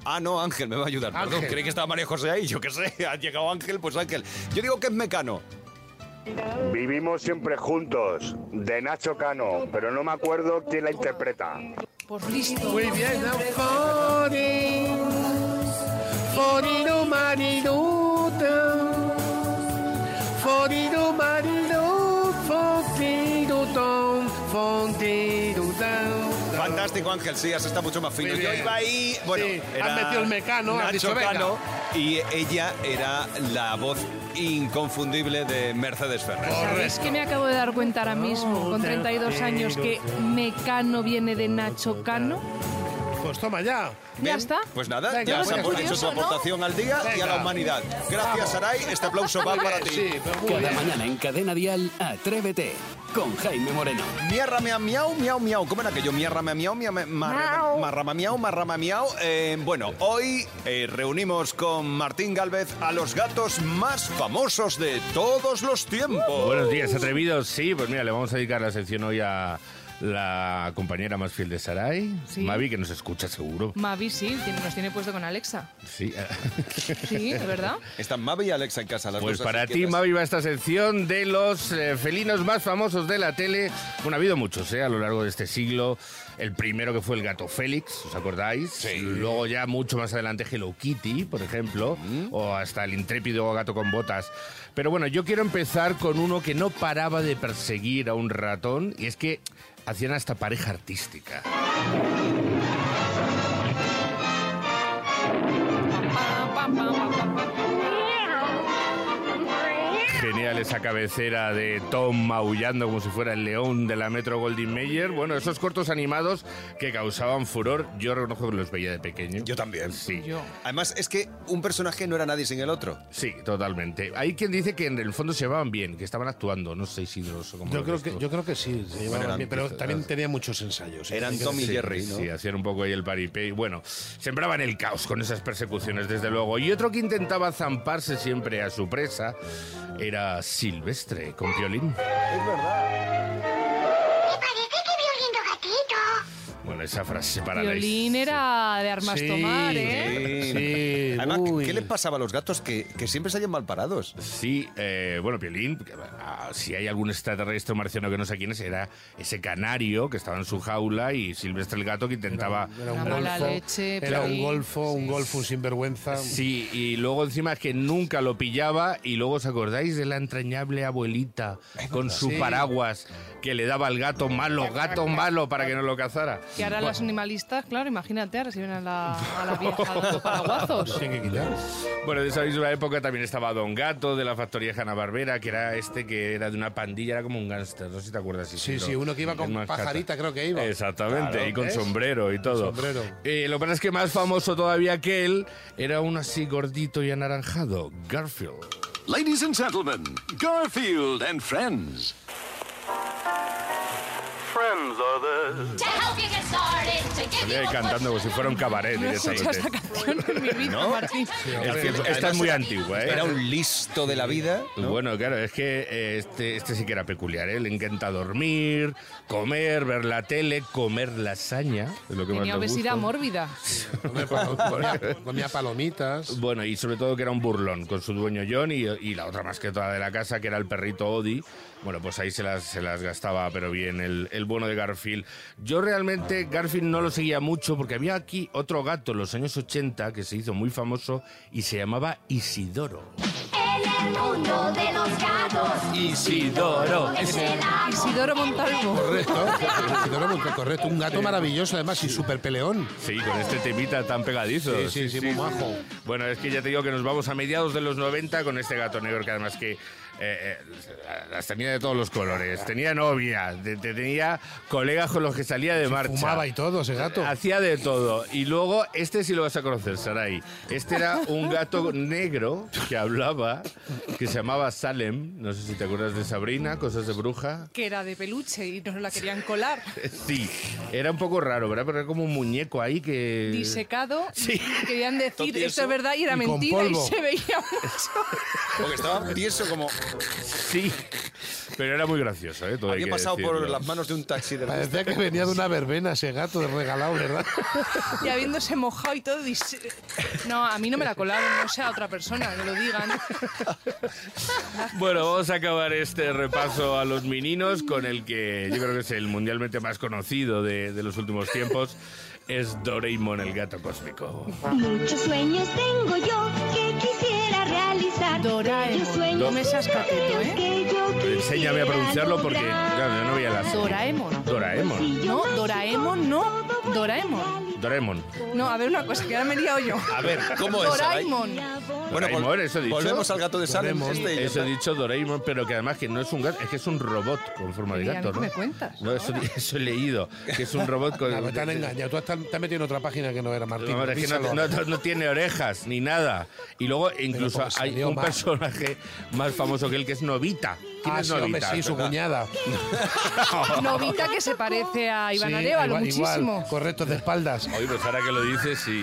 [SPEAKER 2] Ah, no, Ángel me va a ayudar. Perdón,
[SPEAKER 6] Ángel.
[SPEAKER 2] creí que estaba María José ahí, yo qué sé. [laughs] Ha llegado Ángel, pues Ángel. Yo digo que es Mecano.
[SPEAKER 14] Vivimos siempre juntos, de Nacho Cano, pero no me acuerdo quién la interpreta.
[SPEAKER 4] Pues listo.
[SPEAKER 6] Muy bien, ¿no? Fori, foriru mariruta, foriru mariru, fotiruton, fotirutan.
[SPEAKER 2] Fantástico, Ángel, sí, has estado mucho más fino.
[SPEAKER 6] Muy
[SPEAKER 2] Yo
[SPEAKER 6] bien.
[SPEAKER 2] iba ahí, bueno,
[SPEAKER 6] Sí, has
[SPEAKER 2] era
[SPEAKER 6] metido el mecano, has
[SPEAKER 2] Nacho
[SPEAKER 6] dicho, venga.
[SPEAKER 2] Cano, y ella era la voz inconfundible de Mercedes Ferrer.
[SPEAKER 4] ¿Sabéis que me acabo de dar cuenta ahora mismo, con 32 años, que Mecano viene de Nacho Cano?
[SPEAKER 6] Pues toma ya.
[SPEAKER 4] Ya está.
[SPEAKER 2] Pues nada,
[SPEAKER 4] Venga,
[SPEAKER 2] ya se
[SPEAKER 4] pues
[SPEAKER 2] ha hecho
[SPEAKER 4] curioso,
[SPEAKER 2] su
[SPEAKER 4] ¿no?
[SPEAKER 2] aportación al día y a la
[SPEAKER 1] Venga.
[SPEAKER 2] humanidad. Gracias,
[SPEAKER 1] Vamos.
[SPEAKER 2] Saray. Este aplauso va para ti.
[SPEAKER 6] pues
[SPEAKER 1] Cada mañana ¿eh? en Cadena Dial, Atrévete con Jaime Moreno.
[SPEAKER 2] Mierra, mea, miau, miau, miau. ¿Cómo era aquello? Mierra, mea, miau, mia, me- marra- marrama, miau, marrama, miau. Eh, bueno, hoy eh, reunimos con Martín Galvez a los gatos más famosos de todos los tiempos.
[SPEAKER 15] Buenos días, atrevidos. Sí, pues mira, le vamos a dedicar la sección hoy a la compañera más fiel de Sarai,
[SPEAKER 4] Sí.
[SPEAKER 15] Mavi, que nos escucha seguro.
[SPEAKER 4] Mavi sí, tiene- nos tiene puesto con Alexa.
[SPEAKER 15] Sí.
[SPEAKER 4] Uh.
[SPEAKER 2] [laughs]
[SPEAKER 4] Sí, es verdad.
[SPEAKER 2] Están Mavi y Alexa en casa. Las
[SPEAKER 15] Pues
[SPEAKER 2] dos
[SPEAKER 15] para
[SPEAKER 2] así
[SPEAKER 15] ti,
[SPEAKER 2] quietas.
[SPEAKER 15] Mavi, va esta sección de los eh, felinos más famosos de la tele. Bueno, ha habido muchos eh, a lo largo de este siglo. El primero que fue el gato Félix, ¿os acordáis? Luego ya mucho más adelante Hello Kitty, por ejemplo, o hasta el intrépido gato con botas. Pero bueno, yo quiero empezar con uno que no paraba de perseguir a un ratón y es que hacían hasta pareja artística. Genial esa cabecera de Tom maullando como si fuera el león de la Metro Goldwyn Mayer. Bueno, esos cortos animados que causaban furor, yo reconozco que los veía de pequeño. Yo también. Sí.
[SPEAKER 2] Además, es que un personaje no era nadie sin el otro.
[SPEAKER 15] Sí, totalmente. Hay quien dice que en el fondo se llevaban bien, que estaban actuando, no sé si los...
[SPEAKER 6] Yo creo, que, yo creo que sí, se llevaban
[SPEAKER 15] eran-
[SPEAKER 6] bien, pero también tenía muchos ensayos. ¿eh? Hay que
[SPEAKER 15] Sí,
[SPEAKER 6] decir-
[SPEAKER 15] Sí, hacían un poco ahí el paripé. Y bueno, sembraban el caos con esas persecuciones, desde luego. Y otro que intentaba zamparse siempre a su presa era Silvestre, con violín.
[SPEAKER 2] Es verdad.
[SPEAKER 15] Bueno, esa frase para la
[SPEAKER 4] Violín era de armas tomar, ¿eh?
[SPEAKER 15] Sí,
[SPEAKER 2] Además, ¿qué les pasaba a los gatos que, que siempre salían mal parados?
[SPEAKER 15] Sí, eh, bueno, Piolín, que, ah, si hay algún extraterrestre o marciano que no sé quién es, era ese canario que estaba en su jaula y Silvestre el gato que intentaba...
[SPEAKER 6] Era un golfo, era un golfo, un golfo, un sinvergüenza.
[SPEAKER 15] Sí, y luego encima es que nunca lo pillaba y luego os acordáis de la entrañable abuelita con su
[SPEAKER 4] Sí.
[SPEAKER 15] paraguas que le daba al gato malo, gato malo para que no lo cazara.
[SPEAKER 4] Que ahora
[SPEAKER 15] Bueno,
[SPEAKER 4] los animalistas, claro, imagínate, ahora si vienen a la, a
[SPEAKER 15] [laughs]
[SPEAKER 4] la vieja dando paraguazos.
[SPEAKER 15] Bueno, de esa misma época también estaba Don Gato de la factoría Hanna Barbera, que era este que era de una pandilla, era como un gángster, no sé si te acuerdas.
[SPEAKER 6] Sí,
[SPEAKER 15] Isidro.
[SPEAKER 6] sí, uno que iba con
[SPEAKER 15] Una jata.
[SPEAKER 6] pajarita, creo que iba.
[SPEAKER 15] Exactamente,
[SPEAKER 6] Claro,
[SPEAKER 15] y con
[SPEAKER 6] ¿ves?
[SPEAKER 15] sombrero y todo.
[SPEAKER 6] sombrero.
[SPEAKER 15] Eh, lo que pasa es que más famoso todavía que él era uno así gordito y anaranjado, Garfield.
[SPEAKER 16] Ladies and gentlemen, Garfield and friends.
[SPEAKER 17] Friends are there.
[SPEAKER 18] To help you get started, to give
[SPEAKER 15] Salía ahí cantando como si fuera un cabaret
[SPEAKER 4] No he escuchado
[SPEAKER 15] directamente.
[SPEAKER 4] esta canción en mi vida, Martín.
[SPEAKER 15] Es que
[SPEAKER 2] Además,
[SPEAKER 15] esta es muy antigua, ¿eh?
[SPEAKER 2] Era un listo de la vida.
[SPEAKER 15] Bueno, claro, es que eh, este, este sí que era peculiar, ¿eh? Le encanta dormir, comer, ver la tele, comer lasaña. Es lo que más
[SPEAKER 4] Tenía
[SPEAKER 15] le
[SPEAKER 4] obesidad
[SPEAKER 15] gusta.
[SPEAKER 4] mórbida.
[SPEAKER 6] pues, comía palomitas.
[SPEAKER 15] Bueno, y sobre todo que era un burlón con su dueño John y, y la otra más que toda de la casa, que era el perrito Odi. Bueno, pues ahí se las, se las gastaba, pero bien, el, el bueno de Garfield. Yo realmente Garfield no lo seguía mucho porque había aquí otro gato en los años 80 que se hizo muy famoso y se llamaba Isidoro.
[SPEAKER 18] En el mundo de los gatos
[SPEAKER 12] Isidoro.
[SPEAKER 4] Isidoro Montalvo.
[SPEAKER 6] Correcto. Isidoro Monte- correcto. Un gato
[SPEAKER 15] Sí.
[SPEAKER 6] maravilloso, además, y súper peleón.
[SPEAKER 15] Sí, con este temita tan pegadizo.
[SPEAKER 6] Sí, sí, sí, muy majo.
[SPEAKER 15] Bueno, es que ya te digo que nos vamos a mediados de los 90 con este gato negro que además que eh, eh, las tenía de todos los colores. Tenía novia, te- te tenía colegas con los que salía de marcha.
[SPEAKER 6] fumaba y todo ese gato.
[SPEAKER 15] Hacía de todo. Y luego, este sí lo vas a conocer, Sarai. Este era un gato negro que hablaba, que se llamaba Salem. No sé si te acuerdas de Sabrina, Cosas de Bruja.
[SPEAKER 4] [laughs] Que era de peluche y nos la querían colar.
[SPEAKER 15] Sí, era un poco raro, ¿verdad? Pero era como un muñeco ahí que...
[SPEAKER 4] Disecado.
[SPEAKER 15] Eh, Sí.
[SPEAKER 4] Y querían decir,
[SPEAKER 15] Todo
[SPEAKER 4] esto
[SPEAKER 15] tieso.
[SPEAKER 4] es verdad y era
[SPEAKER 15] Y con
[SPEAKER 4] mentira y
[SPEAKER 15] polvo.
[SPEAKER 4] se veía mucho.
[SPEAKER 2] Porque estaba tieso como...
[SPEAKER 15] Sí, pero era muy gracioso, ¿eh? Todo hay
[SPEAKER 2] Había
[SPEAKER 15] que
[SPEAKER 2] pasado por
[SPEAKER 15] decirlo.
[SPEAKER 2] las manos de un taxi de la
[SPEAKER 6] Parecía que venía de una verbena ese gato regalado, [laughs] ¿verdad?
[SPEAKER 4] Y habiéndose mojado y todo. dise- No, a mí no me la colaron, no sea a otra persona, que lo digan.
[SPEAKER 15] Bueno, vamos a acabar este repaso a los meninos con el que yo creo que es el mundialmente más conocido de, de los últimos tiempos. Es Doraemon, el gato cósmico.
[SPEAKER 18] Muchos sueños tengo yo que quisiera realizar. Muchos sueños
[SPEAKER 15] no me
[SPEAKER 18] seas cateto, ¿eh?
[SPEAKER 15] Enséñame a pronunciarlo porque, claro, yo no veía la serie.
[SPEAKER 4] Doraemon.
[SPEAKER 15] Doraemon.
[SPEAKER 4] No, Doraemon no. Doraemon.
[SPEAKER 15] Doraemon.
[SPEAKER 4] No, a ver una cosa, que ahora me he liado yo.
[SPEAKER 15] A ver, ¿cómo es, Sarai?
[SPEAKER 4] Doraemon.
[SPEAKER 15] Bueno, Doraemon, eso he dicho.
[SPEAKER 2] volvemos al gato de Salem,
[SPEAKER 15] Doraemon.
[SPEAKER 2] este y ya
[SPEAKER 15] eso he
[SPEAKER 2] está.
[SPEAKER 15] dicho Doraemon, pero que además que no es un gato, es que es un robot con forma de
[SPEAKER 4] Mira,
[SPEAKER 15] gato,
[SPEAKER 4] ¿qué
[SPEAKER 15] ¿no?
[SPEAKER 4] me cuentas?
[SPEAKER 15] No, eso, [laughs] eso he leído, que es un robot
[SPEAKER 6] [laughs]
[SPEAKER 15] con...
[SPEAKER 6] Ah, pero te han engañado. Tú has- te has metido en otra página que no era, Martín.
[SPEAKER 15] No, es que no,
[SPEAKER 6] Písalo.
[SPEAKER 15] no- no- no tiene orejas ni nada. Y luego incluso
[SPEAKER 6] porque
[SPEAKER 15] hay
[SPEAKER 6] salió
[SPEAKER 15] un
[SPEAKER 6] mal.
[SPEAKER 15] personaje más famoso que él que es Novita. ¿Quién
[SPEAKER 6] Ah,
[SPEAKER 15] es
[SPEAKER 6] sí, hombre,
[SPEAKER 15] Novita?
[SPEAKER 6] sí, su
[SPEAKER 15] [laughs]
[SPEAKER 6] cuñada.
[SPEAKER 4] Novita que se parece a Iván
[SPEAKER 6] Sí,
[SPEAKER 4] Arevalo
[SPEAKER 6] igual- igual,
[SPEAKER 4] muchísimo.
[SPEAKER 6] correcto, de espaldas.
[SPEAKER 15] Oye, pues ahora que lo dices, sí.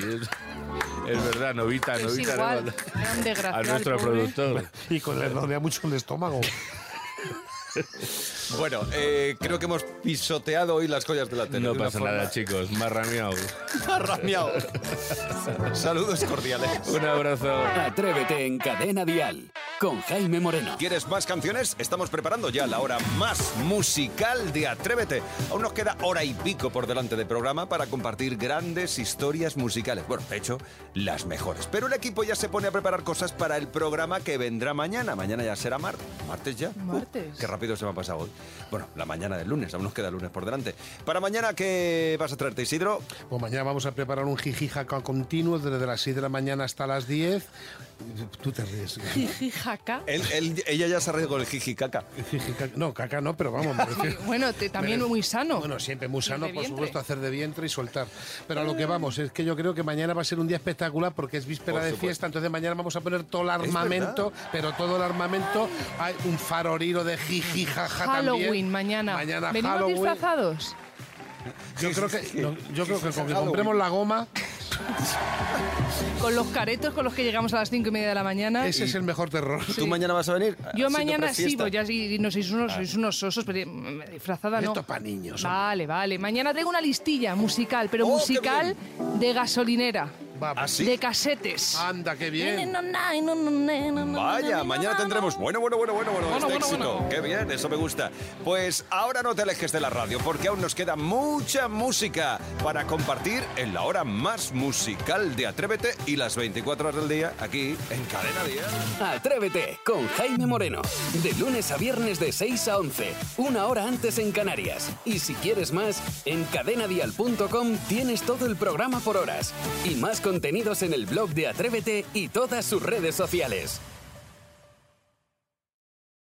[SPEAKER 15] Es, es verdad, Novita,
[SPEAKER 4] Es
[SPEAKER 15] Novita.
[SPEAKER 4] igual.
[SPEAKER 15] Novita.
[SPEAKER 4] Era un
[SPEAKER 15] A
[SPEAKER 4] desgraciado, el
[SPEAKER 15] nuestro
[SPEAKER 4] pobre.
[SPEAKER 15] productor.
[SPEAKER 6] [laughs] Y con le rodea mucho el estómago.
[SPEAKER 2] Bueno, eh, creo que hemos pisoteado hoy las joyas de la tele.
[SPEAKER 15] No
[SPEAKER 2] de una
[SPEAKER 15] pasa nada, chicos. Marrameado.
[SPEAKER 2] forma- Rameado. Saludos cordiales.
[SPEAKER 15] Un abrazo.
[SPEAKER 1] Atrévete en Cadena Dial con Jaime Moreno.
[SPEAKER 2] ¿Quieres más canciones? Estamos preparando ya la hora más musical de Atrévete. Aún nos queda hora y pico por delante de programa para compartir grandes historias musicales. Bueno, de hecho, las mejores. Pero el equipo ya se pone a preparar cosas para el programa que vendrá mañana. Mañana ya será martes. ¿Martes ya? Uh,
[SPEAKER 4] Martes.
[SPEAKER 2] Qué rápido se me ha pasado hoy. Bueno, la mañana del lunes, aún nos queda el lunes por delante. Para mañana, ¿qué vas a traerte, Isidro?
[SPEAKER 6] Pues mañana vamos a preparar un jijijaca continuo desde las 6 de la mañana hasta las 10. Tú te ríes.
[SPEAKER 4] Jiji, jaca.
[SPEAKER 6] Eh,
[SPEAKER 2] Él- él- ella ya se ha reído con el jijicaca.
[SPEAKER 6] Jijijaca- No, caca no, pero vamos.
[SPEAKER 4] [laughs]
[SPEAKER 6] me refiero-
[SPEAKER 4] Bueno, te- también
[SPEAKER 6] Merece-
[SPEAKER 4] muy sano.
[SPEAKER 6] Bueno, siempre muy sano,
[SPEAKER 4] de
[SPEAKER 6] por
[SPEAKER 4] vientre. Mm.
[SPEAKER 6] supuesto, hacer de vientre y soltar. Pero a lo que vamos es que yo creo que mañana va a ser un día espectacular porque es víspera
[SPEAKER 2] Por
[SPEAKER 6] de
[SPEAKER 2] supuesto.
[SPEAKER 6] fiesta, entonces mañana vamos a poner todo el
[SPEAKER 2] Es
[SPEAKER 6] armamento, pero todo el armamento. Hay un faroriro de jiji, jaja también.
[SPEAKER 4] Halloween mañana.
[SPEAKER 6] Mañana
[SPEAKER 4] ¿Venimos
[SPEAKER 6] Halloween.
[SPEAKER 4] disfrazados?
[SPEAKER 6] Yo creo que, no, yo creo que con que
[SPEAKER 2] Halloween.
[SPEAKER 6] compremos la goma,
[SPEAKER 4] Con los caretos con los que llegamos a las cinco y media de la mañana.
[SPEAKER 6] ese es el mejor terror.
[SPEAKER 2] ¿Tú mañana vas a venir?
[SPEAKER 4] Yo
[SPEAKER 2] Haciendo
[SPEAKER 4] mañana sí
[SPEAKER 2] prefiesta.
[SPEAKER 4] voy, ya sí, no sois unos, sois unos osos, pero mm, disfrazada no.
[SPEAKER 6] Esto para niños. hombre.
[SPEAKER 4] Vale, vale. Mañana traigo una listilla musical, pero
[SPEAKER 2] Oh, qué
[SPEAKER 4] musical de gasolinera,
[SPEAKER 6] Vamos.
[SPEAKER 2] ¿Ah, sí?
[SPEAKER 4] de casetes.
[SPEAKER 6] Anda, qué bien.
[SPEAKER 2] Vaya, mañana tendremos. Bueno, bueno, bueno, bueno, bueno, este
[SPEAKER 4] bueno,
[SPEAKER 2] éxito. Qué bien, eso me gusta. Pues ahora no te alejes de la radio, porque aún nos queda mucha música para compartir en la hora más musical de Atrévete y las 24 horas del día aquí en Cadena 10.
[SPEAKER 1] Atrévete con Jaime Moreno. De lunes a viernes de 6 a 11, una hora antes en Canarias. Y si quieres más, en cadenadial.com tienes todo el programa por horas y más contenidos en el blog de Atrévete y todas sus redes sociales.